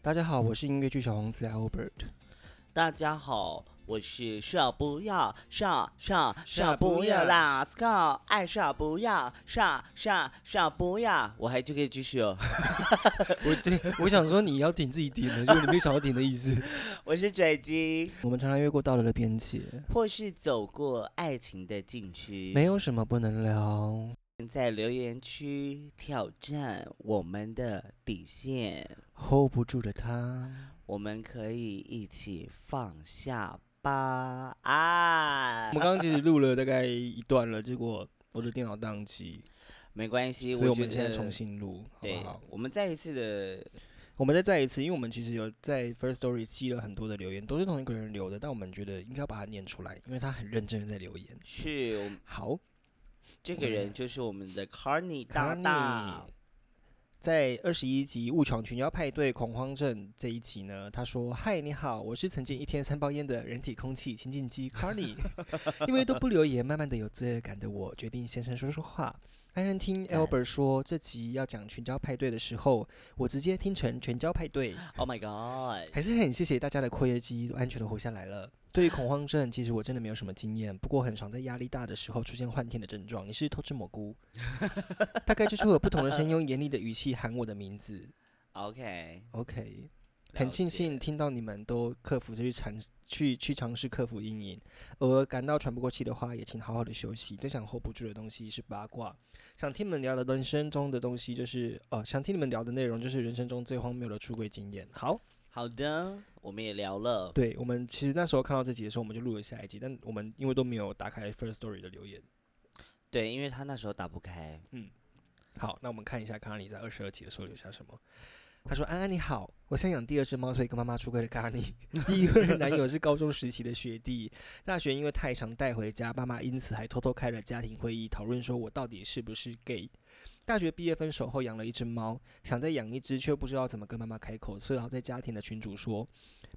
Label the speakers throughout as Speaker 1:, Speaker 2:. Speaker 1: 大家好，我是音乐剧小王子 Albert。
Speaker 2: 大家好，我是少不要少少少
Speaker 1: 少
Speaker 2: 不要
Speaker 1: 不要
Speaker 2: 啦 s c o 爱少不要少少少不要，我还就可以继续哦。
Speaker 1: 呃我对， 我想说你要点自己点的，就是你没有想要点的意思。
Speaker 2: 我是嘴鸡，
Speaker 1: 我们常常越过道德的边界，
Speaker 2: 或是走过爱情的禁区，
Speaker 1: 没有什么不能聊。
Speaker 2: 在留言区挑战我们的底线，
Speaker 1: hold 不住的他。
Speaker 2: 我们可以一起放下吧。啊
Speaker 1: 我们，刚刚其实录了大概一段了，结果我的电脑宕机，
Speaker 2: 没关系，
Speaker 1: 所以我
Speaker 2: 觉
Speaker 1: 们现在
Speaker 2: 得
Speaker 1: 重。新录，好
Speaker 2: 对
Speaker 1: 不好？，
Speaker 2: 我们再一次的
Speaker 1: 我们再再一次，因为我们其实有在 First Story 记了很多的留言，都是同一个人留的，但我们觉得应该要把它念出来，因为他很认真的在留言。
Speaker 2: 是我们
Speaker 1: 好，
Speaker 2: 这个人就是我们的 Carney 大
Speaker 1: 卡
Speaker 2: 大
Speaker 1: 尼，在二十一集《误闯群妖派对恐慌症》这一集呢，他说：“嗨，你好，我是曾经一天三包烟的人体空气清净机 Carly，因 为都不留言，慢慢的有罪恶感的我决定先生说说话。”安然听
Speaker 2: 赞
Speaker 1: Albert 说这集要讲群交派对的时候，我直接听成全交派对，
Speaker 2: Oh my God！
Speaker 1: 还是很谢谢大家的括约肌都安全的活下来了。对于恐慌症，其实我真的没有什么经验，不过很常在压力大的时候出现幻听的症状。你是偷吃蘑 菇，大概就是会有不同的声音用严厉的语气喊我的名字。
Speaker 2: OK，
Speaker 1: OK，
Speaker 2: 了
Speaker 1: 很庆
Speaker 2: 解
Speaker 1: 幸听到你们都克服这去尝去去尝试克服阴影，偶尔感到喘不过气的话，也请好好的休息。最想 hold 不住的东西是八卦，想听你们聊的人生中的东西就是哦，想听你们聊的内容就是人生中最荒谬的出轨经验。好。
Speaker 2: 好的，我们也聊了。
Speaker 1: 对我们其实那时候看到这集的时候，我们就录了下一集，但我们因为都没有打开 First Story 的留言。
Speaker 2: 对，因为他那时候打不开。
Speaker 1: 好，那我们看一下卡尼在二十二集的时候留下什么。他说：“安安你好，我想养第二只猫，所以跟妈妈出柜的卡尼。 第一任男友是高中时期的学弟，大学因为太常带回家，爸妈因此还偷偷开了家庭会议，讨论说我到底是不是 gay。大学毕业分手后养了一只猫，想再养一只，却不知道怎么跟妈妈开口，所以好在家庭的群主说：“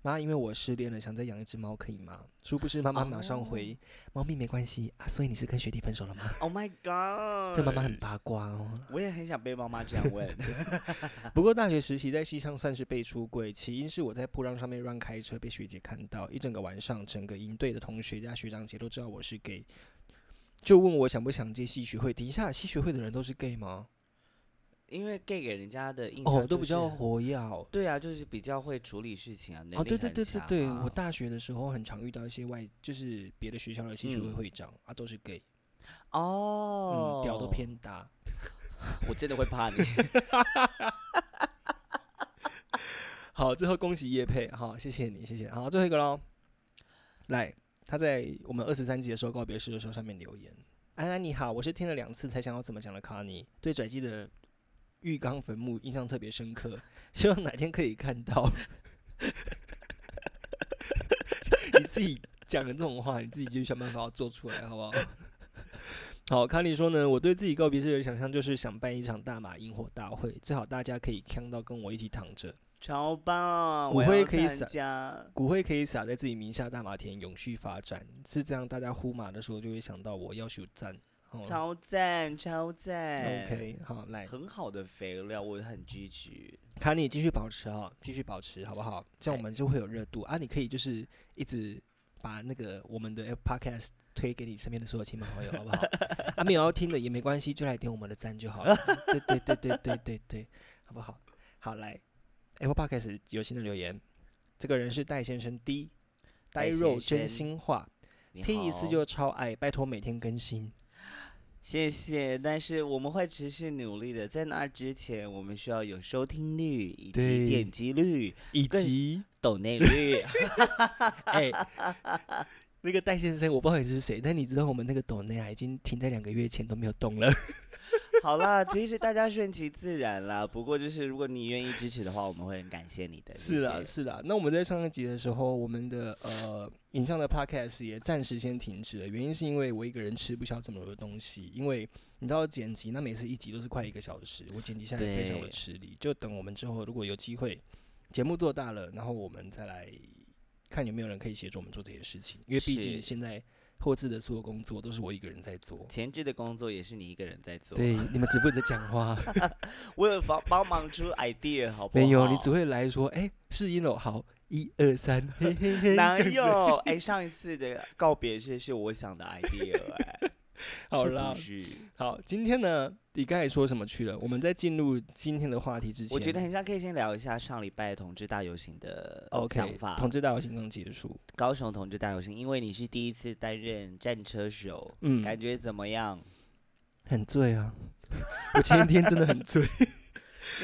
Speaker 1: 妈，因为我失恋了，想再养一只猫，可以吗？”殊不知妈妈马上回：“猫咪没关系啊，所以你是跟学弟分手了吗
Speaker 2: Oh my？”God！
Speaker 1: 这妈妈很八卦哦。
Speaker 2: 我也很想被妈妈这样 问。
Speaker 1: 不过大学实习在西上算是被出柜，起因是我在铺浪上面乱开车被学姐看到，一整个晚上，整个营队的同学加学长姐都知道我是 gay，就问我想不想接戏学会。等一下，戏学会的人都是 gay 吗？
Speaker 2: 因为 gay 给人家的印象、
Speaker 1: 哦，都比较。活跃哦。
Speaker 2: 对啊，就是比较会处理事情啊，能力
Speaker 1: 对对
Speaker 2: 很
Speaker 1: 对对
Speaker 2: 强
Speaker 1: 对，
Speaker 2: 啊
Speaker 1: 我大学的时候很常遇到一些外，就是别的学校的戏学会
Speaker 2: 嗯
Speaker 1: 会长、啊，都是 gay，
Speaker 2: 哦
Speaker 1: 嗯，，屌都，偏大。
Speaker 2: 我真的会怕 你。
Speaker 1: 好，最后恭喜叶佩，好，谢谢你，谢谢。好，最后一个喽。来，他在我们二十三集的时候告别式的时候上面留言：“安安你好，我是听了两次才想要怎么讲的卡尼，对拽机的浴缸坟墓印象特别深刻， 希望哪天可以看到。”你自己讲的这种话，你自己就想办法要做出来，好不好？好，卡尼说呢，我对自己告别式的想象就是想办一场大马萤火大会，最好大家可以看到跟我一起躺着，
Speaker 2: 超棒！
Speaker 1: 骨
Speaker 2: 我要
Speaker 1: 灰可以
Speaker 2: 参
Speaker 1: 撒
Speaker 2: 加。
Speaker 1: 骨灰可以撒在自己名下大马田，永续发展，是这样。大家呼马的时候就会想到我要求赞。哦
Speaker 2: 超赞，超赞。
Speaker 1: OK，好，来，
Speaker 2: 很好的肥料，我很支持。
Speaker 1: 卡你继续保持哦，继续保持好不好？这样
Speaker 2: 哎
Speaker 1: 我们就会有热度啊！你可以就是一直把那个我们的 Podcast 推给你身边的所有亲朋好友，好不好？啊，没有要听的也没关系，就来点我们的赞就好了。对对对对对对对，好不好？好，来，Apple Podcast 有新的留言，这个人是戴先生 D，呆
Speaker 2: 戴
Speaker 1: 肉
Speaker 2: 先生
Speaker 1: 真心话。
Speaker 2: 你
Speaker 1: 听一次
Speaker 2: 好
Speaker 1: 就超爱，拜托每天更新。
Speaker 2: 谢谢，但是我们会持续努力的。在那之前，我们需要有收听率，以
Speaker 1: 对
Speaker 2: 及点击率、
Speaker 1: 以
Speaker 2: 更
Speaker 1: 及
Speaker 2: 抖内率。
Speaker 1: 哎、那个戴先生，我不知道你是谁，但你知道我们那个抖内啊，已经停在两个月前都没有动了。
Speaker 2: 好啦，其实大家顺其自然啦。不过就是，如果你愿意支持的话，我们会很感谢你的。
Speaker 1: 是
Speaker 2: 啊
Speaker 1: 啦，，是啦。那我们在上一集的时候，我们的呃影像的 podcast 也暂时先停止了，原因是因为我一个人吃不消这么多的东西，因为你知道剪辑，那每次一集都是快一个小时，我剪辑下来非常的
Speaker 2: 对
Speaker 1: 吃力。就等我们之后如果有机会，节目做大了，然后我们再来看有没有人可以协助我们做这些事情，因为毕竟
Speaker 2: 是
Speaker 1: 现在后置的所有工作都是我一个人在做。
Speaker 2: 前置的工作也是你一个人在 做。，
Speaker 1: 对，你们只负责讲 话，
Speaker 2: 我有帮帮忙出 idea 好不好？
Speaker 1: 没有，你只会来说，哎，试音了，好，一二三， 嘿嘿嘿，
Speaker 2: 哪
Speaker 1: 这样子
Speaker 2: 有？ 哎、上一次的告别式是我想的 idea 哎、
Speaker 1: 好
Speaker 2: 是
Speaker 1: 啦
Speaker 2: 不，是
Speaker 1: 好，今天呢，你刚才说什么去了？我们在进入今天的话题之前，
Speaker 2: 我觉得很像可以先聊一下上礼拜同志大游行的
Speaker 1: OK，
Speaker 2: 想法。
Speaker 1: 统治大游行刚结束，
Speaker 2: 高雄同志大游行，因为你是第一次担任战车手，
Speaker 1: 嗯，
Speaker 2: 感觉怎么样？
Speaker 1: 很醉啊。我前一天真的很醉，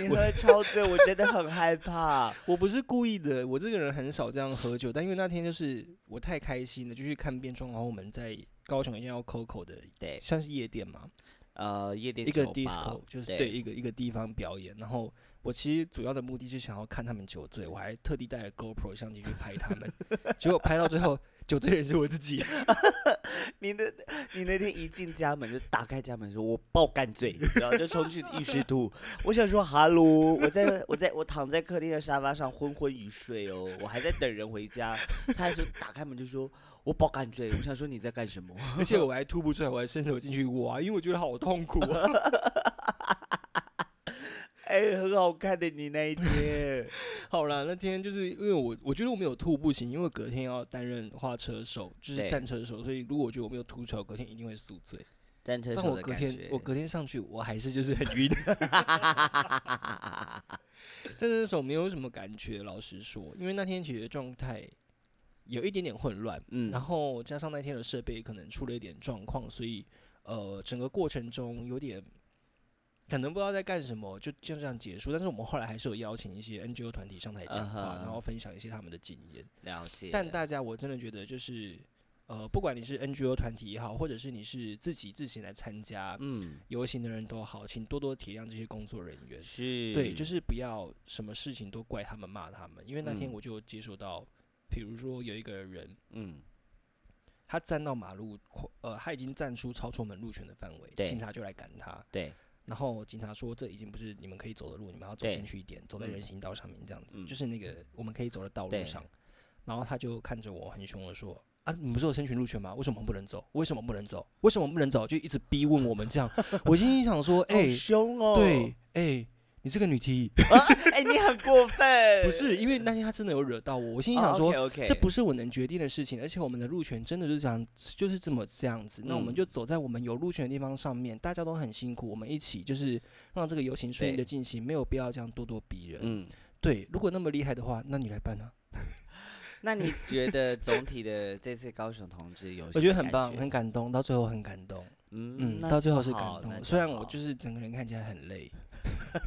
Speaker 2: 你喝超醉，我真的很 害怕。
Speaker 1: 我不是故意的，我这个人很少这样喝酒，但因为那天就是我太开心了，就去看变装，然后我们在高雄一间叫 Coco 的，
Speaker 2: 对，
Speaker 1: 算是夜店嘛，
Speaker 2: 呃，夜店
Speaker 1: 一个
Speaker 2: 酒吧
Speaker 1: disco 就是对
Speaker 2: 对
Speaker 1: 一个一个地方表演，然后我其实主要的目的是想要看他们酒醉，我还特地带了 GoPro 相机去拍他 们，结果拍到最后酒醉的人是我自己，
Speaker 2: 你那，你那天一进家门就打开家门说“我爆干醉”，然后就冲去浴 室吐。我想说哈喽，我在我在我躺在客厅的沙发上昏昏欲睡哦，我还在等人回家。他还说打开门就说“我爆干醉”，我想说你在干什么？
Speaker 1: 而且我还吐不出来，我还伸手进去挖，因为我觉得好痛苦 啊。
Speaker 2: 哎、很好看的你那一天。
Speaker 1: 好啦，那天就是因为我我觉得我没有吐不行，因为隔天要担任花车手，就是
Speaker 2: 对
Speaker 1: 战车手，所以如果我觉得我没有吐出来，我隔天一定会宿醉。
Speaker 2: 战车
Speaker 1: 但
Speaker 2: 手
Speaker 1: 我
Speaker 2: 的
Speaker 1: 隔
Speaker 2: 感
Speaker 1: 天
Speaker 2: 觉，
Speaker 1: 我隔天上去，我还是就是 很晕。战车手没有什么感觉，老实说，因为那天其实状态有一点点混乱，
Speaker 2: 嗯
Speaker 1: 然后加上那天的设备可能出了一点状况，所以呃，整个过程中有点可能不知道在干什么，就就这样结束。但是我们后来还是有邀请一些 NGO 团体上台讲话
Speaker 2: 啊哈
Speaker 1: 然后分享一些他们的经验。
Speaker 2: 了解，
Speaker 1: 但大家我真的觉得就是呃，不管你是 NGO 团体也好，或者是你是自己自行来参加
Speaker 2: 嗯
Speaker 1: 游行的人都好，请多多体谅这些工作人员。
Speaker 2: 是，
Speaker 1: 对，就是不要什么事情都怪他们骂他们，因为那天
Speaker 2: 嗯
Speaker 1: 我就接收到，比如说有一个人。
Speaker 2: 嗯
Speaker 1: 他站到马路口，呃，他已经站出超出我们路权的范围，
Speaker 2: 对
Speaker 1: 警察就来赶他。
Speaker 2: 对，
Speaker 1: 然后警察说：“这已经不是你们可以走的路，你们要走
Speaker 2: 对
Speaker 1: 进去一点，走在
Speaker 2: 嗯
Speaker 1: 人行道上面，这样子、
Speaker 2: 嗯
Speaker 1: 就是那个我们可以走的道路
Speaker 2: 对
Speaker 1: 上。”然后他就看着我很凶的说：“啊，你们不是有申请路权吗？为什么不能走？为什么不能走？为什么不能走？就一直逼问我们这样。” 我心里想说：“哎、
Speaker 2: 好凶哦，
Speaker 1: 对，哎、你这个女 T
Speaker 2: 哎、你很过分， 哦
Speaker 1: 不是因为那天她真的有惹到我，我心里想说，
Speaker 2: o k
Speaker 1: 这不是我能决定的事情，而且我们的路权真的就是这样，就是这么这样子。那我们
Speaker 2: 嗯
Speaker 1: 就走在我们有路权的地方上面，大家都很辛苦，我们一起就是让这个游行顺利
Speaker 2: 对
Speaker 1: 的进行，没有必要这样咄咄逼人。
Speaker 2: 嗯。
Speaker 1: 对，如果那么厉害的话，那你来办啊，
Speaker 2: 那你觉得总体的这次高雄同志游行，
Speaker 1: 我觉得很棒，很感动，到最后很感动，
Speaker 2: 嗯
Speaker 1: 嗯，到最后是感动。虽然我就是整个人看起来很累，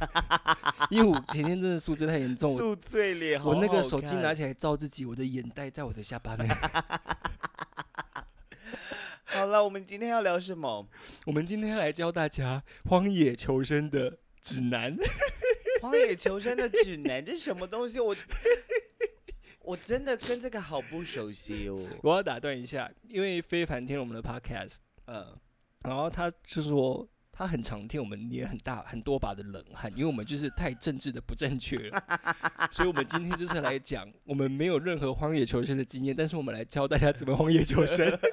Speaker 1: 因为我前天真的宿醉太严重，我
Speaker 2: 宿醉脸，
Speaker 1: 我那个手机拿
Speaker 2: 起
Speaker 1: 起来照自己，我的眼袋在我的下巴那里。
Speaker 2: 来。好了，我们今天要聊什 么？
Speaker 1: 我们今天来教大家荒野求生的指南。
Speaker 2: 荒野求生的指南，这什么东西？我 我真的跟这个好不熟悉哦。
Speaker 1: 我要打断一下，因为非凡听了我们的 podcast，呃
Speaker 2: 嗯，
Speaker 1: 然后他就说他很常听我们捏很大很多把的冷汗，因为我们就是太政治的不正确了，所以我们今天就是来讲，我们没有任何荒野求生的经验，但是我们来教大家怎么荒野求生。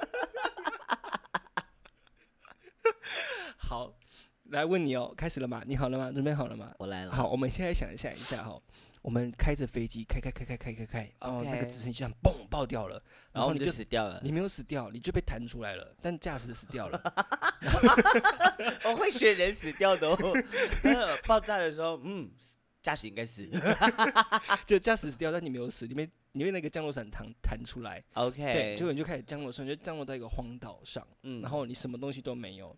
Speaker 1: 好，来问你哦，开始了吗？你好了吗？准备好了吗？
Speaker 2: 我来了。
Speaker 1: 好，我们现在想一想一下哈，我们开着飞机开开开开开开开，然后那个
Speaker 2: OK
Speaker 1: 直升机这样嘣爆掉了，然
Speaker 2: 然后
Speaker 1: 后
Speaker 2: 你
Speaker 1: 你
Speaker 2: 就
Speaker 1: 就
Speaker 2: 死掉了。
Speaker 1: 你没有死掉，你就被弹出来了，但驾驶死掉了。
Speaker 2: 我会选人死掉的 哦。嗯爆炸的时候，嗯，驾驶应 该死。
Speaker 1: 就驾驶死掉，但你没有死，你被你被那个降落伞弹弹出来，
Speaker 2: OK，
Speaker 1: 对，结果你就开始降落的时候，你就降落到一个荒岛上，
Speaker 2: 嗯
Speaker 1: 然后你什么东西都没有。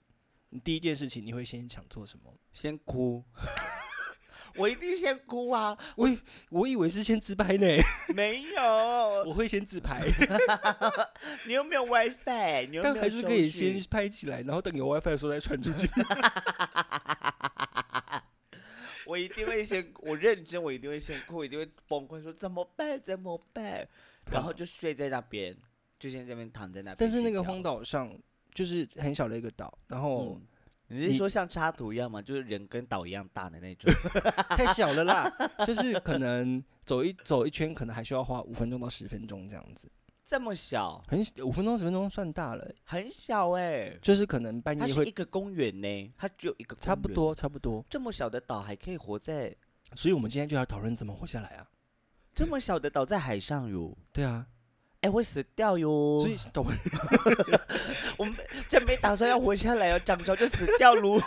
Speaker 1: 你第一件事情你会先想做什么？
Speaker 2: 先哭。 我一定先哭啊！
Speaker 1: 我以我以为是先自拍呢，
Speaker 2: 没有，
Speaker 1: 我会先自 拍，
Speaker 2: 你又没有 WiFi，你又没有
Speaker 1: 但还是可以
Speaker 2: 收讯
Speaker 1: 先拍起来，然后等有 WiFi 的时候再传出 去。
Speaker 2: 我一定会先，我认真，我一定会先哭，我一定会崩溃，说怎么办？怎么办？然后就睡在那边，就先在那边躺在那边。
Speaker 1: 但是那个荒，岛上就是很小的一个岛，然后
Speaker 2: 嗯，你是
Speaker 1: 你
Speaker 2: 说像插图一样吗？就是人跟岛一样大的那种。
Speaker 1: 太小了啦，就是可能走一走一圈，可能还需要花五分钟到十分钟这样子。
Speaker 2: 这么小，
Speaker 1: 很五分钟十分钟算大了，
Speaker 2: 很小哎、
Speaker 1: 就是可能半
Speaker 2: 它
Speaker 1: 夜
Speaker 2: 是
Speaker 1: 会
Speaker 2: 一个公园呢，它只有一个公园
Speaker 1: 差不多差不多，
Speaker 2: 这么小的岛还可以活在
Speaker 1: 所以我们今天就要讨论怎么活下来啊。
Speaker 2: 这么小的岛在海上哟，
Speaker 1: 对啊，
Speaker 2: 哎、会死掉哟。
Speaker 1: 所以懂
Speaker 2: 真没打算要活下来哦，涨潮就死掉喽。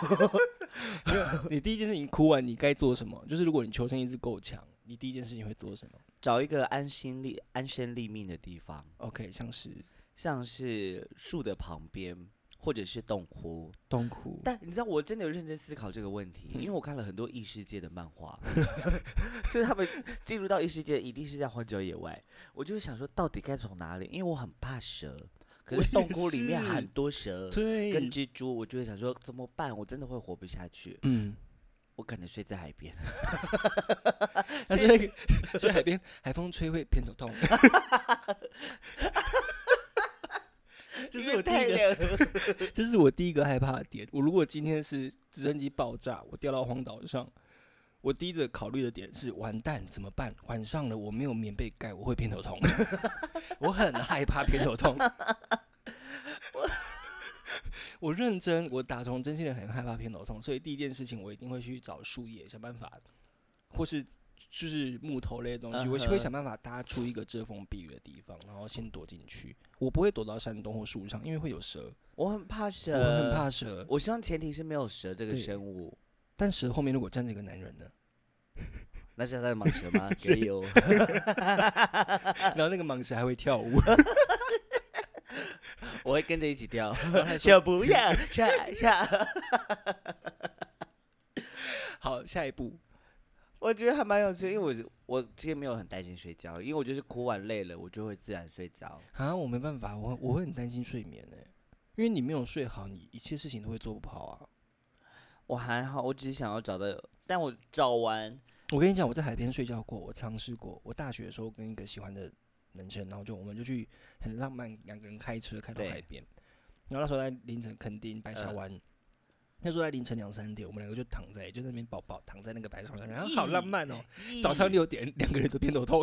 Speaker 1: 你第一件事情哭完，你该做什么？就是如果你求生意志够强，你第一件事情会做什么
Speaker 2: 找一个安心立安身立命的地方，
Speaker 1: ？OK，像是
Speaker 2: 像是树的旁边。或者是洞窟，
Speaker 1: 痛苦，
Speaker 2: 但你知道我真的有认真思考这个问题，因
Speaker 1: 嗯
Speaker 2: 为我看了很多异世界的漫画， 就是他们进入到异世界一定是在荒郊野外。我就会想说，到底该从哪里？因为我很怕蛇，可
Speaker 1: 我
Speaker 2: 是
Speaker 1: 也
Speaker 2: 洞窟里面
Speaker 1: 是
Speaker 2: 很多蛇
Speaker 1: 对，
Speaker 2: 跟蜘蛛，我就会想说怎么办？我真的会活不下去，
Speaker 1: 嗯，
Speaker 2: 我可能睡在海 边。
Speaker 1: 但是那个所以海边海风吹会偏头痛，这是我第
Speaker 2: 太
Speaker 1: 一个，
Speaker 2: 凉了
Speaker 1: 这是我第一个害怕的点。我如果今天是直升机爆炸，我掉到荒岛上，我第一个考虑的点是完蛋怎么办？晚上了我没有棉被盖，我会偏头痛， 我很害怕偏头 痛。我认真，我打从真心的很害怕偏头痛，所以第一件事情我一定会去找树叶想办法，或是就是木头类的东西，我
Speaker 2: 嗯
Speaker 1: 会
Speaker 2: 哼
Speaker 1: 想办法搭出一个遮风避雨的地方，然后先躲进去。我不会躲到山洞或树上，因为会有蛇，
Speaker 2: 我很怕蛇，
Speaker 1: 我很。怕蛇。
Speaker 2: 我希望前提是没有蛇这个
Speaker 1: 对
Speaker 2: 生物，
Speaker 1: 但蛇后面如果站着一个男人呢？
Speaker 2: 那是它的蟒蛇 吗？可以哦。
Speaker 1: 然后那个蟒蛇还会跳舞，
Speaker 2: 我会跟着一起跳。 小不要，下下，
Speaker 1: 好，下一步，
Speaker 2: 我觉得还蛮有趣，因为我是我其实没有很担心睡觉，因为我就是哭完累了，我就会自然睡着。
Speaker 1: 啊，我没办法，我我会很担心睡眠呢、欸因为你没有睡好，你一切事情都会做不好啊。
Speaker 2: 我还好，我只是想要找到，但我找 完，
Speaker 1: 我跟你讲，我在海边睡觉过，我尝试过。我大学的时候跟一个喜欢的男生，然后就我们就去很浪漫，两个人开车开到
Speaker 2: 对
Speaker 1: 海边，然后那时候在凌晨垦丁白沙
Speaker 2: 嗯
Speaker 1: 湾。那时候在凌晨两三点，我们两个就躺在就在那边抱抱，躺在那个白沙湾上，然后好浪漫哦、早上
Speaker 2: 咦
Speaker 1: 六点，两个人都偏头 痛，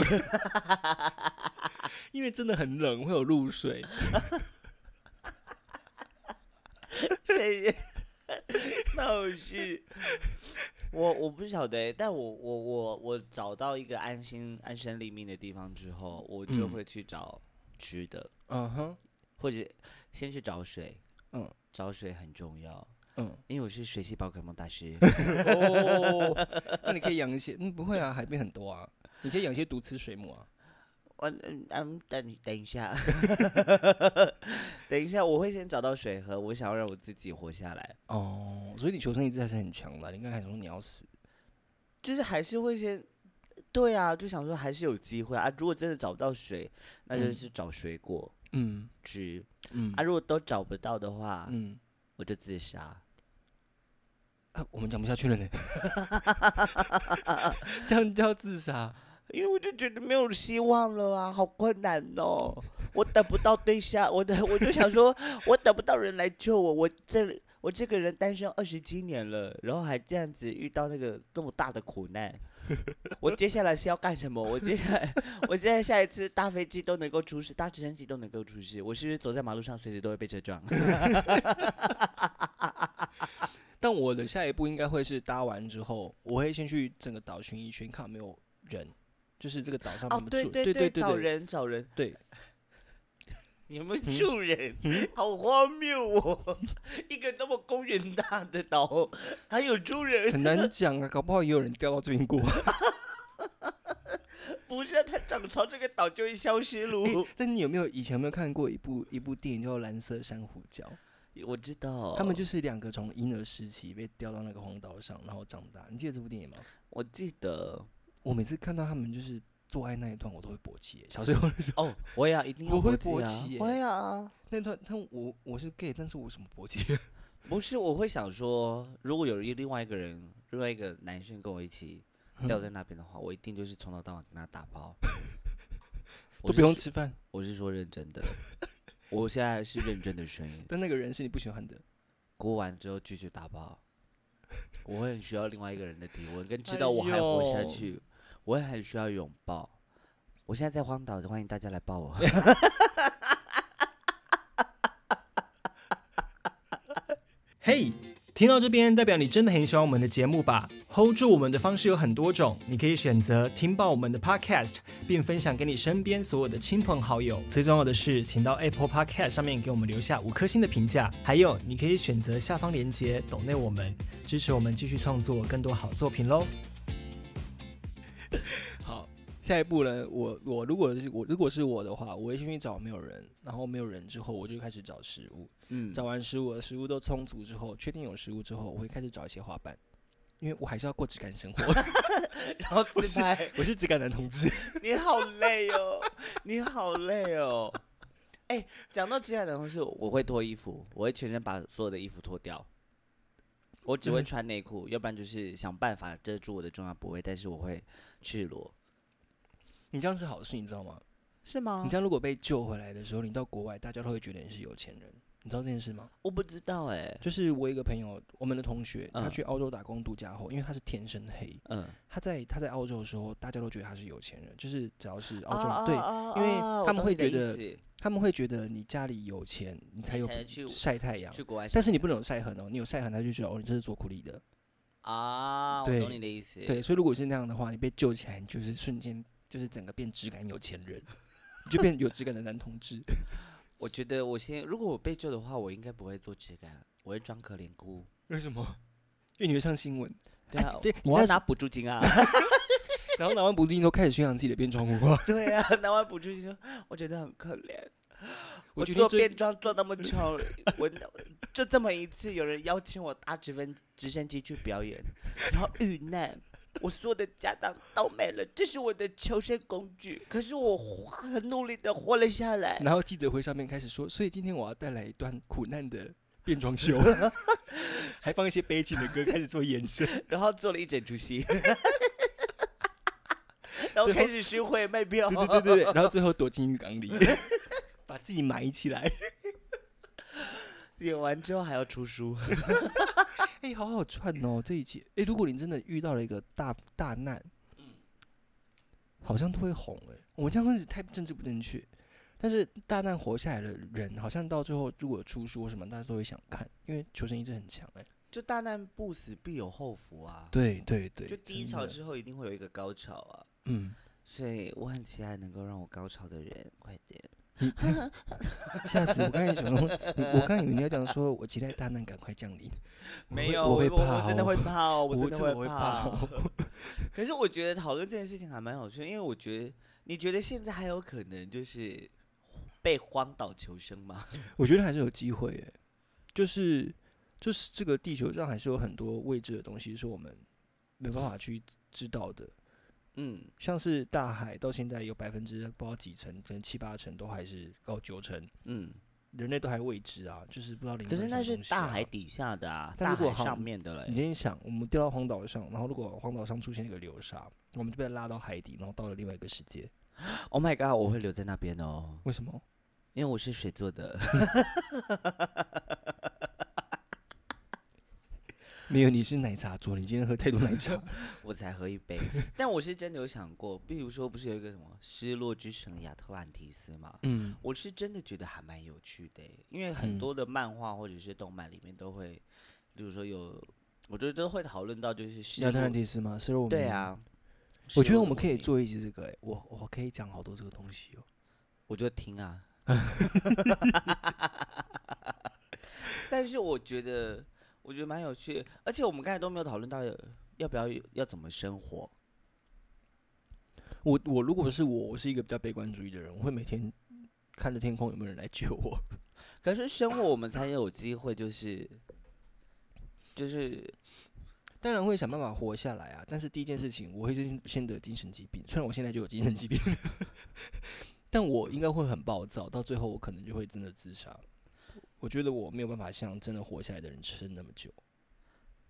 Speaker 1: 因为真的很冷，会有露水。
Speaker 2: 谁闹事？我我不晓得欸，但我我我我找到一个安心安身立命的地方之后，我就
Speaker 1: 嗯
Speaker 2: 会去找吃的，
Speaker 1: 嗯哼，
Speaker 2: 或者先去找水。
Speaker 1: 嗯，
Speaker 2: 找水很重要，
Speaker 1: 嗯，
Speaker 2: 因为我是水系宝可梦大师。
Speaker 1: 哦，那你可以养一些，嗯，不会啊，海边很多啊，你可以养一些毒刺水母啊。
Speaker 2: 我嗯嗯，等等一下，等一下，我会先找到水喝，我想要让我自己活下来，
Speaker 1: 哦，所以你求生意志还是很强的啊。你刚才说你要死，
Speaker 2: 就是还是会先。对啊，就想说还是有机会啊。如果真的找不到水，那就
Speaker 1: 嗯
Speaker 2: 去找水果。
Speaker 1: 嗯
Speaker 2: 吃
Speaker 1: 嗯
Speaker 2: 啊，如果都找不到的话，
Speaker 1: 嗯，
Speaker 2: 我就自杀。
Speaker 1: 啊，我们讲不下去 了呢，这样叫自杀。
Speaker 2: 因为我就觉得没有希望了啊，好困难哦！我等不到对象，我等我就想说，我等不到人来救我，我这我这个人单身二十七年了，然后还这样子遇到那个这么大的苦难，我接下来是要干什么？我接下来，我现在下一次搭飞机都能够出事，搭直升机都能够出事，我是不是走在马路上随时都会被车撞？
Speaker 1: 但我的下一步应该会是搭完之后，我会先去整个岛巡一圈，看有没有人，就是这个岛上有
Speaker 2: 哦
Speaker 1: 没，有
Speaker 2: 对
Speaker 1: 住
Speaker 2: 对
Speaker 1: 对对
Speaker 2: 找人找人，
Speaker 1: 对，
Speaker 2: 你们
Speaker 1: 嗯
Speaker 2: 住人、好荒谬哦！ 一个那么公园大的岛，还有住人，
Speaker 1: 很 难讲啊，搞不好也有人掉到这边过。
Speaker 2: 不是啊它涨潮，这个岛就会消失 喽。
Speaker 1: 哎但你有没有以前有没有看过一部一部电影叫《蓝色珊瑚礁》？
Speaker 2: 我知道，
Speaker 1: 他们就是两个从婴儿时期被吊到那个荒岛上，然后长大。你记得这部电影吗？
Speaker 2: 我记得
Speaker 1: 我每次看到他们就是做爱那一段，我都会勃起耶。小时候的时 候，
Speaker 2: 哦，我也要一定要
Speaker 1: 我会
Speaker 2: 勃
Speaker 1: 勃起耶
Speaker 2: 啊，会啊。
Speaker 1: 那段，但我我是 gay，但是我什么勃起？。
Speaker 2: 不是，我会想说，如果有一另外一个人，另外一个男生跟我一起掉在那边的话，我一定就是从头到尾跟他打炮
Speaker 1: 都不用
Speaker 2: 我是说
Speaker 1: 吃饭。
Speaker 2: 我是说认真的， 我现在是认真的声音。
Speaker 1: 但那个人是你不喜欢的，
Speaker 2: 哭完之后继续打包，我会很需要另外一个人的体温，跟知道我还活
Speaker 1: 哎
Speaker 2: 下
Speaker 1: 呦
Speaker 2: 去，我也很需要拥抱，我现在在荒岛，欢迎大家来抱我。
Speaker 1: 嘿、听到这边，代表你真的很喜欢我们的节目吧？Hold 住我们的方式有很多种，你可以选择听爆我们的 Podcast，并分享给你身边所有的亲朋好友。最重要的是，请到 Apple Podcast 上面给我们留下五颗星的评价。还有，你可以选择下方链接抖内我们，支持我们继续创作更多好作品喽。 好，下一步呢？我我如果是我如果是我的话，我会先去找没有人，然后没有人之后，我就开始找食物。
Speaker 2: 嗯，
Speaker 1: 找完食物，我的食物都充足之后，确定有食物之后，我会开始找一些花瓣，因为我还是要过质感生活。
Speaker 2: 然后自拍，
Speaker 1: 我是质感男同志，
Speaker 2: 你好累哦， 你好累哦。 哎、讲到这样的东西，我会脱衣服，我会全身把所有的衣服脱掉，我只会
Speaker 1: 嗯
Speaker 2: 穿内裤，要不然就是想办法遮住我的重要部位，但是我会赤裸，
Speaker 1: 你这样是好事，你知道吗？
Speaker 2: 是吗？
Speaker 1: 你这样如果被救回来的时候，你到国外，大家都会觉得你是有钱人，你知道这件事吗？
Speaker 2: 我不知道哎、
Speaker 1: 就是我一个朋友，我们的同学，他
Speaker 2: 嗯
Speaker 1: 去澳洲打工度假后，因为他是天生黑，
Speaker 2: 嗯，
Speaker 1: 他在他在澳洲的时候，大家都觉得他是有钱人，就是只要是澳洲，
Speaker 2: 啊
Speaker 1: 哦对
Speaker 2: 啊啊
Speaker 1: 因为
Speaker 2: 啊我
Speaker 1: 他们
Speaker 2: 懂
Speaker 1: 会
Speaker 2: 你的
Speaker 1: 觉
Speaker 2: 意
Speaker 1: 得
Speaker 2: 思
Speaker 1: 他们会觉得你家里有钱，你才
Speaker 2: 你
Speaker 1: 有
Speaker 2: 才能去
Speaker 1: 晒太阳。
Speaker 2: 去国外，
Speaker 1: 但是你不能有晒痕哦，你有晒痕，他就觉得哦，你这是做苦力的。
Speaker 2: 啊，我
Speaker 1: 对
Speaker 2: 懂你的意思，
Speaker 1: 对，所以如果是那样的话，你被救起来，你就是瞬间就是整个变质感有钱人，你就变有质感的男同志。
Speaker 2: 我觉得我先，如果我被救的话，我应该不会做质感，我会装可怜姑。
Speaker 1: 为什么？因为你会上新闻，
Speaker 2: 对啊，
Speaker 1: 对你
Speaker 2: 我要
Speaker 1: 那
Speaker 2: 拿补 助金啊。
Speaker 1: 然后拿完补丁都开始宣扬自己的变装 文化。
Speaker 2: 对啊，拿完补助金说，我觉得很可怜。
Speaker 1: 我决定
Speaker 2: 做
Speaker 1: 最
Speaker 2: 变装做那么丑，我就这么一次，有人邀请我搭直升直升机去表演，然后遇难，我所有的家当都没了，这是我的求生工具。可是我花很努力的活了下来。
Speaker 1: 然后记者会上面开始说，所以今天我要带来一段苦难的变装 秀，还放一些悲情的歌开始做延 伸。
Speaker 2: 然后做了一整 出戏，然后
Speaker 1: 最后
Speaker 2: 开始巡回卖票。
Speaker 1: 对对对对对，然后最后躲进浴 缸里，把自己埋起来。
Speaker 2: 演完之后还要出书，
Speaker 1: 哎、好好赚哦这一集。哎、如果你真的遇到了一个大大难，好像都会红哎、我这样开始太政治不正确，但是大难活下来的人，好像到最后如果出书或什么，大家都会想看，因为求生意志很强哎、
Speaker 2: 就大难不死必有后福啊！
Speaker 1: 对对对，
Speaker 2: 就低
Speaker 1: 真
Speaker 2: 潮
Speaker 1: 的
Speaker 2: 之后一定会有一个高潮啊！
Speaker 1: 嗯，
Speaker 2: 所以我很期待能够让我高潮的人，快点！
Speaker 1: 吓死我！刚才想说， 你我刚才以为你要讲说，我期待大难赶快降临。我会
Speaker 2: 有，
Speaker 1: 我
Speaker 2: 我
Speaker 1: 会
Speaker 2: 我
Speaker 1: 怕、哦，
Speaker 2: 真的会怕哦，
Speaker 1: 我
Speaker 2: 真的
Speaker 1: 真的会
Speaker 2: 会
Speaker 1: 怕
Speaker 2: 哦。 可是我觉得讨论这件事情还蛮有趣的，因为我觉得你觉得现在还有可能就是被荒岛求生吗？
Speaker 1: 我觉得还是有机会诶，就是就是这个地球上还是有很多未知的东西是我们没办法去知道的，
Speaker 2: 嗯，
Speaker 1: 像是大海到现在有百分之不知道几成，可能七八成都还是高九成，
Speaker 2: 嗯，
Speaker 1: 人类都还未知啊，就是不知道灵
Speaker 2: 可
Speaker 1: 魂
Speaker 2: 是
Speaker 1: 什
Speaker 2: 那
Speaker 1: 么
Speaker 2: 是
Speaker 1: 东西
Speaker 2: 大
Speaker 1: 啊
Speaker 2: 海。底下的啊，
Speaker 1: 但
Speaker 2: 大
Speaker 1: 如果
Speaker 2: 海
Speaker 1: 好
Speaker 2: 上面的了欸。
Speaker 1: 你今天想，我们掉到荒岛上，然后如果荒岛上出现一个流沙，我们就被拉到海底，然后到了另外一个世界。
Speaker 2: Oh my god！我会留在那边哦，
Speaker 1: 为什么？
Speaker 2: 因为我是水做的。
Speaker 1: 没有，你是奶茶座，你今天喝太多奶 茶。
Speaker 2: 我才喝一 杯，但我是真的有想过，比如说不是有一个什么《失落之城》亚特兰提斯嘛，
Speaker 1: 嗯，
Speaker 2: 我是真的觉得还蛮有趣的欸，因为很
Speaker 1: 嗯
Speaker 2: 多的漫画或者是动漫里面都会，比如说有，我觉得都会讨论到就是失
Speaker 1: 亚特兰
Speaker 2: 落，
Speaker 1: 蒂斯吗？是我们
Speaker 2: 对啊，
Speaker 1: 我
Speaker 2: 失
Speaker 1: 觉得
Speaker 2: 落
Speaker 1: 我
Speaker 2: 的
Speaker 1: 们
Speaker 2: 文
Speaker 1: 可以
Speaker 2: 明，
Speaker 1: 做一集这个、欸，我我可以讲好多这个东西哦、
Speaker 2: 我就 听啊，但是我觉得我觉得蛮有趣的，而且我们刚才都没有讨论到要不要要怎么生活，
Speaker 1: 我我如果是我，我是一个比较悲观主义的人，我会每天看着天空有没有人来救我。
Speaker 2: 可是生活我们才有机会，就是就是
Speaker 1: 当然会想办法活下来啊，但是第一件事情，我会先先得精神疾病。虽然我现在就有精神疾病，但我应该会很暴躁，到最后我可能就会真的自杀。我觉得我没有办法像真的活下来的人撑那么久。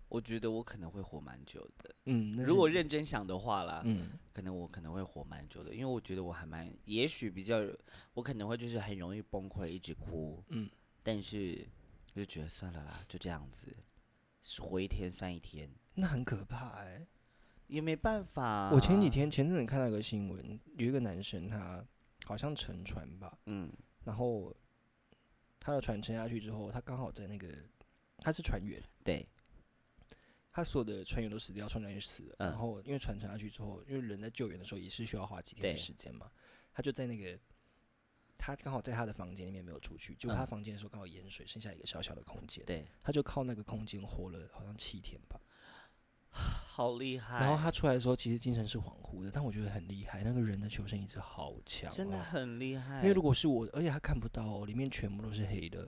Speaker 2: 我觉得我可能会活蛮久的。
Speaker 1: 嗯，那
Speaker 2: 如
Speaker 1: 是
Speaker 2: 果认真想的话啦，
Speaker 1: 嗯，
Speaker 2: 可能我可能会活蛮久的，因为我觉得我还蛮，也许比较，我可能会就是很容易崩溃，一直哭。
Speaker 1: 嗯，
Speaker 2: 但是我就觉得算了啦，就这样子，是活一天算一天。
Speaker 1: 那很可怕哎、
Speaker 2: 也没办法。啊
Speaker 1: 我前几，天前阵子看到一个新闻，有一个男生他好像沉船吧，
Speaker 2: 嗯
Speaker 1: 然后他的船沉下去之后，他刚好在那个他是船员，
Speaker 2: 对，
Speaker 1: 他所有的船员都死掉，船长也死了。
Speaker 2: 嗯
Speaker 1: 然后因为船沉下去之后，因为人在救援的时候也是需要花几天
Speaker 2: 对
Speaker 1: 的时间嘛，他就在那个他刚好在他的房间里面没有出去，结果他
Speaker 2: 嗯
Speaker 1: 房间的时候刚好淹水，剩下一个小小的空间，
Speaker 2: 对，
Speaker 1: 他就靠那个空间活了好像七天吧。
Speaker 2: 好厉害。
Speaker 1: 然后他出来的时候，其实精神是恍惚的，但我觉得很厉害，那个人的求生意志好强、哦，
Speaker 2: 真的很厉害，
Speaker 1: 因为如果是我，而且他看不到、哦，里面全部都是黑的，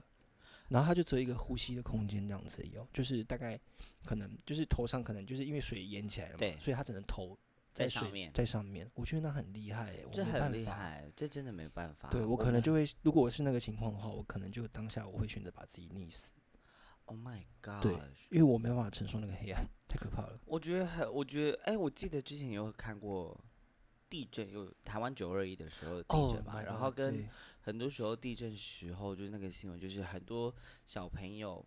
Speaker 1: 然后他就只有一个呼吸的空间这样子有、哦，就是大概可能就是头上可能就是因为水淹起来了
Speaker 2: 对
Speaker 1: 嘛，所以他只能头
Speaker 2: 在
Speaker 1: 水
Speaker 2: 上面
Speaker 1: 在上面。我觉得那很厉害、欸，我
Speaker 2: 这
Speaker 1: 没
Speaker 2: 很
Speaker 1: 办
Speaker 2: 厉
Speaker 1: 法。
Speaker 2: 害，啊这真的没办法。
Speaker 1: 对我可
Speaker 2: 们
Speaker 1: 能就会，如果我是那个情况的话，我可能就当下我会选择把自己溺死，
Speaker 2: ，Oh my God，
Speaker 1: 对因为我没办法承受那个黑暗，太可怕了。
Speaker 2: 我觉得很，我觉得，哎，我记得之前有看过地震，有台湾九二一的时候的地震
Speaker 1: 哦 my
Speaker 2: 嘛
Speaker 1: God，
Speaker 2: 然后跟
Speaker 1: 对
Speaker 2: 很多时候地震时候就是那个新闻，就是很多小朋友，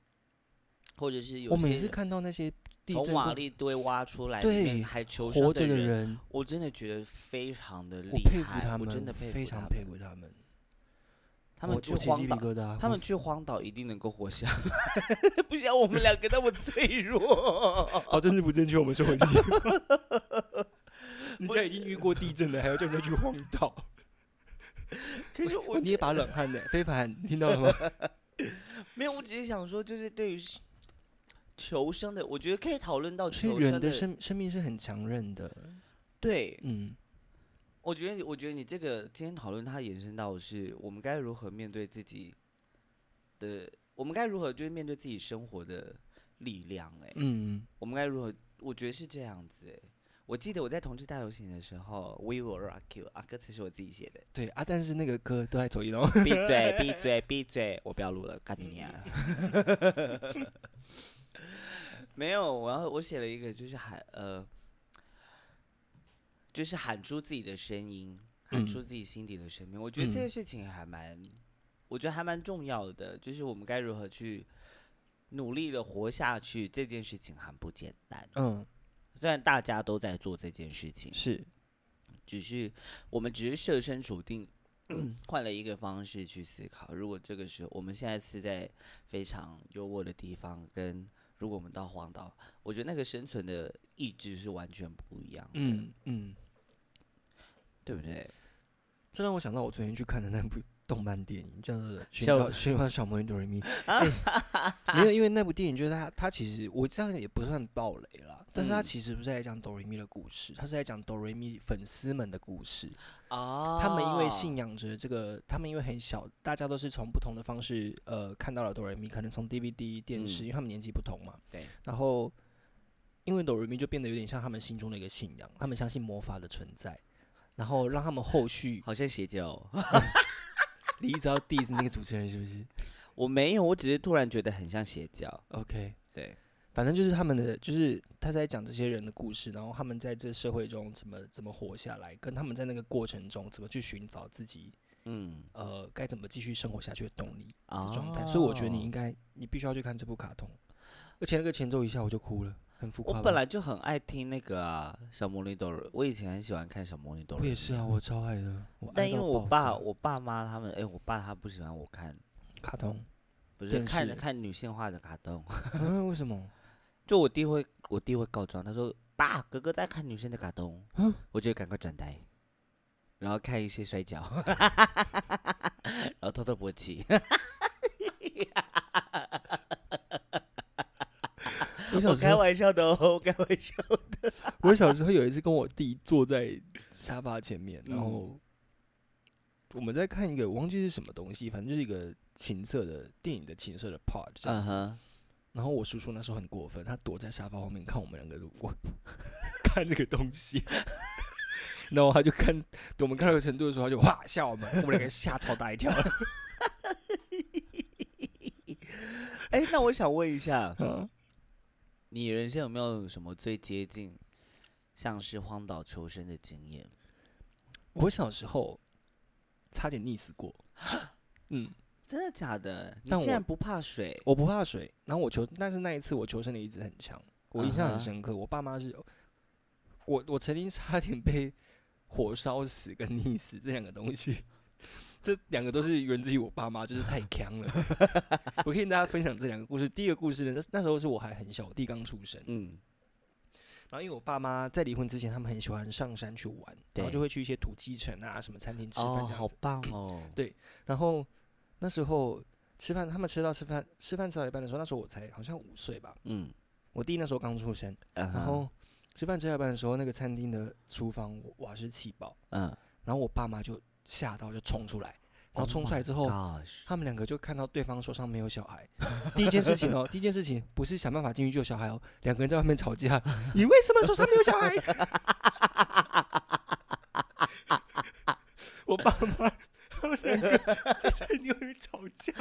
Speaker 2: 或者是有
Speaker 1: 我每
Speaker 2: 些
Speaker 1: 次看到那些地
Speaker 2: 从
Speaker 1: 震
Speaker 2: 瓦
Speaker 1: 跟
Speaker 2: 砾堆挖出来，
Speaker 1: 对
Speaker 2: 里面还求生
Speaker 1: 活着的
Speaker 2: 的，
Speaker 1: 人，
Speaker 2: 我真的觉得非常的
Speaker 1: 我
Speaker 2: 厉
Speaker 1: 佩服
Speaker 2: 害，
Speaker 1: 他们，
Speaker 2: 真的
Speaker 1: 我
Speaker 2: 佩服
Speaker 1: 非
Speaker 2: 他
Speaker 1: 常
Speaker 2: 们
Speaker 1: 佩服他们。
Speaker 2: 他们
Speaker 1: 我
Speaker 2: 去
Speaker 1: 我起
Speaker 2: 荒
Speaker 1: 鸡皮
Speaker 2: 岛，
Speaker 1: 疙瘩，
Speaker 2: 他
Speaker 1: 我
Speaker 2: 们去荒岛一定能够活下来，不像我们两个那么脆 弱。
Speaker 1: 哦，真是不正确，我们说 回去。人家已经遇过地震了，还要叫人家去荒 岛，哦
Speaker 2: 可是我
Speaker 1: 你也把冷汗呢，非凡，你听到了吗？
Speaker 2: 没有，我只是想说，就是对于是求生的，我觉得可以讨论 到
Speaker 1: 所
Speaker 2: 求
Speaker 1: 以人
Speaker 2: 生
Speaker 1: 的 生生命是很强韧的，
Speaker 2: 对，
Speaker 1: 嗯，
Speaker 2: 我觉得你，我觉得你这个今天讨论，它延伸到的是我们该如何面对自己的，我们该如何就是面对自己生活的力量、欸。
Speaker 1: 嗯，
Speaker 2: 我们该如何？我觉得是这样子、欸。我记得我在同志大游行的时候，We Will Rock You 啊，歌词是我自己写的。
Speaker 1: 对啊，但是那个歌都在走音哦。
Speaker 2: 闭嘴，闭嘴，闭嘴！我不要录了，干你娘！啊 没有，我要我写了一个，就是喊呃，就是喊出自己的声音，喊
Speaker 1: 嗯
Speaker 2: 出自己心底的声音。我觉得这
Speaker 1: 嗯
Speaker 2: 件事情还蛮，我觉得还蛮重要的，就是我们该如何去努力的活下去，这件事情很不简单。
Speaker 1: 嗯，
Speaker 2: 虽然大家都在做这件事情，
Speaker 1: 是，
Speaker 2: 只是我们只是设身处地换了一个方式去思考。如果这个时候我们现在是在非常优渥的地方，跟如果我们到荒岛，我觉得那个生存的意志是完全不一样的，
Speaker 1: 嗯嗯，
Speaker 2: 对不对？
Speaker 1: 这让我想到我昨天去看的那部动漫电影，叫做《寻
Speaker 2: 小
Speaker 1: 找寻找小魔女哆瑞咪》 哎。没有，因为那部电影就是它，它其实我这样也不算暴雷啦，但是它
Speaker 2: 嗯
Speaker 1: 其实不是在讲哆瑞咪的故事，它是在讲哆瑞咪粉丝们的故事。
Speaker 2: 啊
Speaker 1: 他们因为信仰着这个，他们因为很小，大家都是从不同的方式呃看到了哆瑞咪，可能从 DVD 电视，
Speaker 2: 嗯
Speaker 1: 因为他们年纪不同嘛，
Speaker 2: 对，
Speaker 1: 然后因为哆瑞咪就变得有点像他们心中的一个信仰，他们相信魔法的存在，然后让他们后续
Speaker 2: 好像邪教 哦，
Speaker 1: 你一直要 diss 那个主持人是不是
Speaker 2: 我没有，我只是突然觉得很像邪教。
Speaker 1: ？OK，
Speaker 2: 对，
Speaker 1: 反正就是他们的，就是他在讲这些人的故事，然后他们在这社会中怎么怎么活下来，跟他们在那个过程中怎么去寻找自己
Speaker 2: 嗯
Speaker 1: 呃该怎么继续生活下去的动力。
Speaker 2: 啊
Speaker 1: 的状态，所以我觉得你应该，你必须要去看这部卡通，而且那个前奏一下我就哭了，很浮夸吧。
Speaker 2: 我本来就很爱听那个啊，小魔女哆瑞，我以前很喜欢看小魔女哆
Speaker 1: 我
Speaker 2: 瑞
Speaker 1: 也
Speaker 2: 咪。
Speaker 1: 是啊，我超爱的，我爱
Speaker 2: 但因为
Speaker 1: 到
Speaker 2: 我
Speaker 1: 爆
Speaker 2: 爸、
Speaker 1: 炸
Speaker 2: 我爸妈他们，哎、我爸他不喜欢我看，
Speaker 1: 卡通，
Speaker 2: 不是
Speaker 1: 电
Speaker 2: 看
Speaker 1: 视
Speaker 2: 看女性化的卡通。
Speaker 1: 嗯，为什 么？
Speaker 2: 就我弟会，我弟会告状，他说：“爸，哥哥在看女生的卡通。”
Speaker 1: 啊
Speaker 2: 我就赶快转台，然后看一些摔跤， 然后偷偷勃起。
Speaker 1: 我
Speaker 2: 我
Speaker 1: 小时
Speaker 2: 开
Speaker 1: 候，
Speaker 2: 玩笑的哦，我开玩笑。
Speaker 1: 我小时候有一次跟我弟坐在沙发前面，然
Speaker 2: 嗯
Speaker 1: 后我们在看一个我忘记是什么东西，反正就是一个情色的电影的情色的 part 这样
Speaker 2: 嗯
Speaker 1: 子
Speaker 2: 哼，
Speaker 1: 然后我叔叔那时候很过分，他躲在沙发后面看我们两个路过， 看这个东西。 然后他就看，我们看到一个程度的时候，他就哇吓我们，我们两个吓超大一跳。
Speaker 2: 哎、那我想问一下，你人生有没有什么最接近像是荒岛求生的经验？
Speaker 1: 我小时候差点溺死过，嗯，
Speaker 2: 真的假的？你
Speaker 1: 但
Speaker 2: 竟
Speaker 1: 我
Speaker 2: 然不怕水？
Speaker 1: 我不怕水，然后我求，但是那一次我求生的意志很强，我印象
Speaker 2: 啊哈
Speaker 1: 很深刻。我爸妈是我我曾经差点被火烧死跟溺死这两个东西， 这两个都是源自于我爸妈，就是太强 了。我可以跟大家分享这两个故事。第一个故事呢，那那时候是我还很小，我弟刚出生。
Speaker 2: 嗯，
Speaker 1: 然后因为我爸妈在离婚之前，他们很喜欢上山去玩，然后
Speaker 2: 对
Speaker 1: 就会去一些土鸡城啊、什么餐厅吃
Speaker 2: 哦，
Speaker 1: 饭这样
Speaker 2: 好
Speaker 1: 子。
Speaker 2: 棒哦，
Speaker 1: 然后那时候吃饭，他们吃到吃饭吃饭吃到一半的时候，那时候我才好像五岁吧，
Speaker 2: 嗯，
Speaker 1: 我弟那时候刚出生。然
Speaker 2: 然
Speaker 1: 后吃饭吃到一半的时候，那个餐厅的厨房我瓦是气爆，
Speaker 2: 嗯，
Speaker 1: 然后我爸妈就吓到就冲出来，然后
Speaker 2: Oh
Speaker 1: 冲出来
Speaker 2: my
Speaker 1: 之后。
Speaker 2: gosh
Speaker 1: 他们两个就看到对方手上没有小孩，第一件事情哦，第一件事情不是想办法进去救小孩哦，两个人在外面吵架，你为什么手上没有小孩？ 我爸妈他们两个在餐厅外面吵架，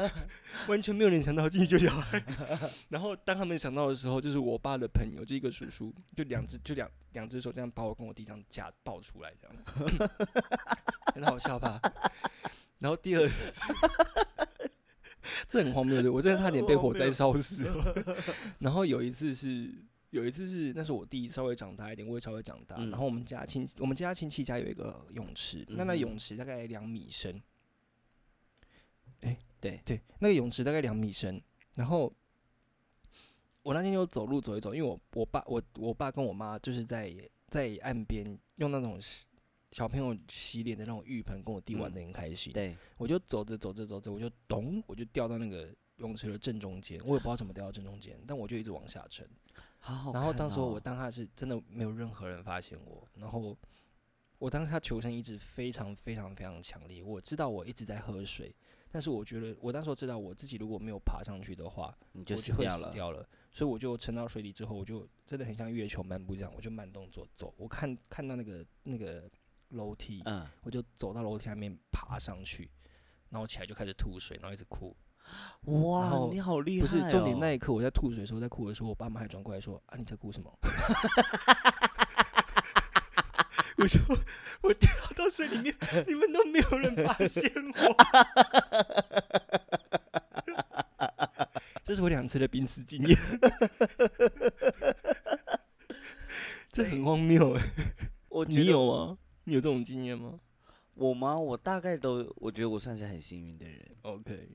Speaker 1: 完全没有人想到进去救小孩。 然后当他们想到的时候，就是我爸的朋友，就一个叔叔，就两只就两两只手这样把我跟我弟这样架抱出来，这样 很好笑吧？然后第二次 这很荒谬的，我真的差点被火灾烧死。 然后有一次是。有一次是，那是我弟稍微长大一点，我也稍微长大。
Speaker 2: 嗯
Speaker 1: 然后我们家亲，我们家亲戚家有一个泳池，那那
Speaker 2: 嗯哼
Speaker 1: 泳池大概两米深，哎
Speaker 2: 对，
Speaker 1: 对，那个泳池大概两米深。然后我那天就走路走一走，因为我我爸我我爸跟我妈就是在在岸边用那种洗小朋友洗脸的那种浴盆跟我弟玩
Speaker 2: 嗯
Speaker 1: 的很开心。
Speaker 2: 对，
Speaker 1: 我就走着走着走着，我就咚，我就掉到那个泳池的正中间，我也不知道怎么掉到正中间，但我就一直往下沉。
Speaker 2: 好好哦啊
Speaker 1: 然后当时
Speaker 2: 时
Speaker 1: 候我当下是真的没有任何人发现我，然后我当下求生意志非常非常非常强烈。我知道我一直在喝水，但是我觉得我那时候知道我自己如果没有爬上去的话，
Speaker 2: 你就
Speaker 1: 我
Speaker 2: 死
Speaker 1: 就会
Speaker 2: 掉
Speaker 1: 死
Speaker 2: 了，
Speaker 1: 掉了。所以我就沉到水里之后，我就真的很像月球漫步这样，我就慢动作走。我看看到那个那个楼梯，
Speaker 2: 嗯，
Speaker 1: 我就走到楼梯下面爬上去，然后起来就开始吐水，然后一直哭。然
Speaker 2: 哇
Speaker 1: 后，
Speaker 2: 你好厉害
Speaker 1: 不
Speaker 2: 哦，
Speaker 1: 是重点，那一刻我在吐水的时候，在哭的时候，我爸妈还转过来说：“啊，你在哭什么？” 我说：“我掉到水里面，你们都没有人发现我。”这是我两次的濒死经验，这很荒谬哎、
Speaker 2: 我觉
Speaker 1: 你
Speaker 2: 得
Speaker 1: 有吗？你有这种经验吗
Speaker 2: 我吗？我大概都，我觉得我算是很幸运的人。
Speaker 1: ？OK，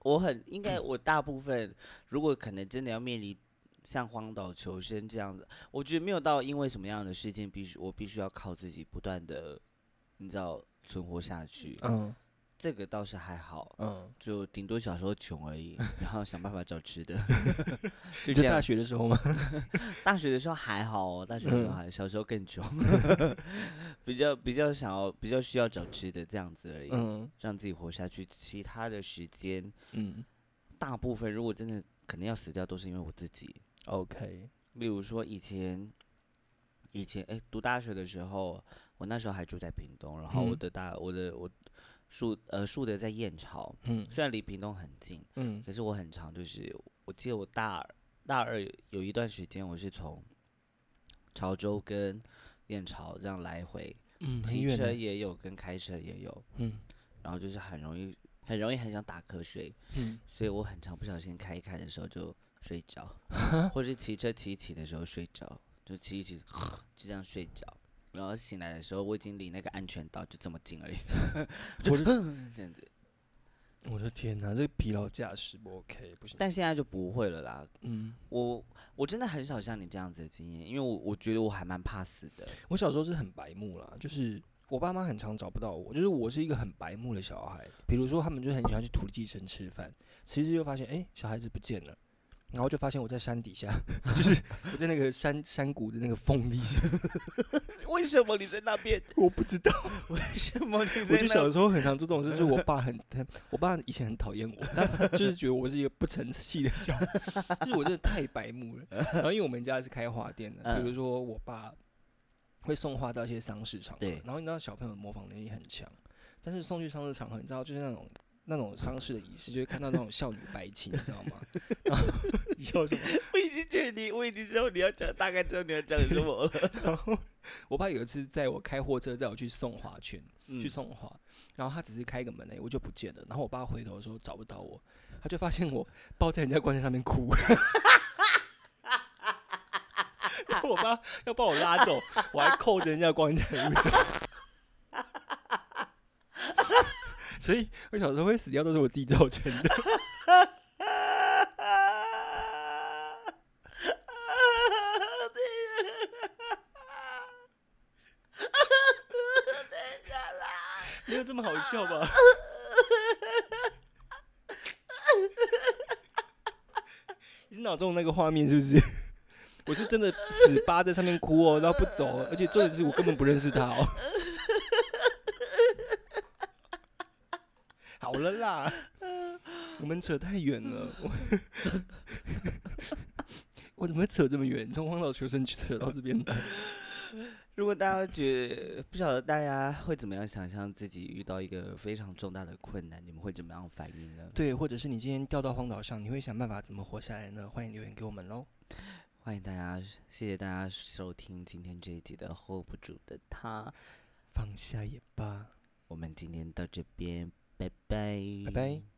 Speaker 2: 我很应该，我大部分如果可能真的要面临像荒岛求生这样子，我觉得没有到因为什么样的事情必须我必须要靠自己不断的，你知道存活下去，
Speaker 1: 嗯
Speaker 2: 这个倒是还好，
Speaker 1: 嗯，
Speaker 2: 就顶多小时候穷 而已，然后想办法找吃的，就
Speaker 1: 就
Speaker 2: 这
Speaker 1: 大
Speaker 2: 样。
Speaker 1: 学的时候吗？
Speaker 2: 大学的时候还好哦，大学的时
Speaker 1: 嗯
Speaker 2: 候还小时候 更穷，比较比较想要比较需要找吃的这样子而已，
Speaker 1: 嗯
Speaker 2: 让自己活下去。其他的时间
Speaker 1: 嗯
Speaker 2: 大部分如果真的可能要死掉，都是因为我自己。
Speaker 1: ，OK，
Speaker 2: 例如说以前，以前哎、读大学的时候，我那时候还住在屏东，然后我
Speaker 1: 嗯
Speaker 2: 的大我的我住呃住的在燕巢，
Speaker 1: 嗯
Speaker 2: 虽然离屏东很近，
Speaker 1: 嗯
Speaker 2: 可是我很常就是我记得我大二大二有一段时间我是从潮州跟燕巢这样来回，
Speaker 1: 嗯，很
Speaker 2: 骑
Speaker 1: 远
Speaker 2: 车
Speaker 1: 欸
Speaker 2: 也有跟开车也有，
Speaker 1: 嗯
Speaker 2: 然后就是很容易很容易很想打瞌睡，
Speaker 1: 嗯
Speaker 2: 所以我很常不小心开一开的时候就睡 着，或者是骑车骑一骑的时候睡着，就骑一骑就这样睡着，然后醒来的时候我已经离那个安全岛就这么近而已，
Speaker 1: 我的
Speaker 2: 这样子。
Speaker 1: 我的天哪，这个疲劳驾驶不 OK，不行。
Speaker 2: 但现在就不会了啦，
Speaker 1: 嗯，
Speaker 2: 我我真的很少像你这样子的经验，因为我我觉得我还蛮怕死的。
Speaker 1: 我小时候是很白目啦，就是我爸妈很常找不到我，就是我是一个很白目的小孩。比如说，他们就很喜欢去土地城吃饭，吃一吃就发现，哎、小孩子不见了。然后就发现我在山底下， 就是我在那个山山谷的那个缝里，
Speaker 2: 为什么你在那边？
Speaker 1: 我不知道。
Speaker 2: 为什么你在
Speaker 1: 我就小时候很常做这种事，就是我爸很，很我爸以前很讨厌我，但他就是觉得我是一个不成器的小孩， 就是我真的太白目了。然后因为我们家是开花店的，比如
Speaker 2: 嗯
Speaker 1: 说我爸会送花到一些商市场，
Speaker 2: 对
Speaker 1: 然后你知道小朋友模仿能力很强，但是送去商市场合，你知道就是那种。那种商市的仪式，就会看到那种少女白情，你知道吗？ 然后你笑什么？
Speaker 2: 我已经觉得你，我已经知道你要讲，大概知道你要讲什 么了。
Speaker 1: 然后我爸有一次载我开货车，载我去送花圈，去
Speaker 2: 嗯
Speaker 1: 送花，然后他只是开一个门而已，我就不见了。然后我爸回头的时候找不到我，他 就发现我抱在人家棺材上面哭。我爸要把我拉走，我还扣着人家的光彩入场。 所以我小时候会死掉都是我自己造成的。没有这么好笑 吧？你是脑中的那个画面是不是？我是真的死扒在上面哭哦，然后不走哦，而且重点是我根本不认识他哦。好了啦，我们扯太远了。 我我怎么会扯这么远？从荒岛求生去扯到这边来，
Speaker 2: 如果大家觉得不晓得大家会怎么样想象自己遇到一个非常重大的困难，你们会怎么样反应呢？
Speaker 1: 对，或者是你今天掉到荒岛上，你会想办法怎么活下来呢？欢迎留言给我们喽。
Speaker 2: 欢迎大家，谢谢大家收听今天这一集的 hold 不住的他，
Speaker 1: 放下也罢。
Speaker 2: 我们今天到这边，拜拜，
Speaker 1: 拜拜。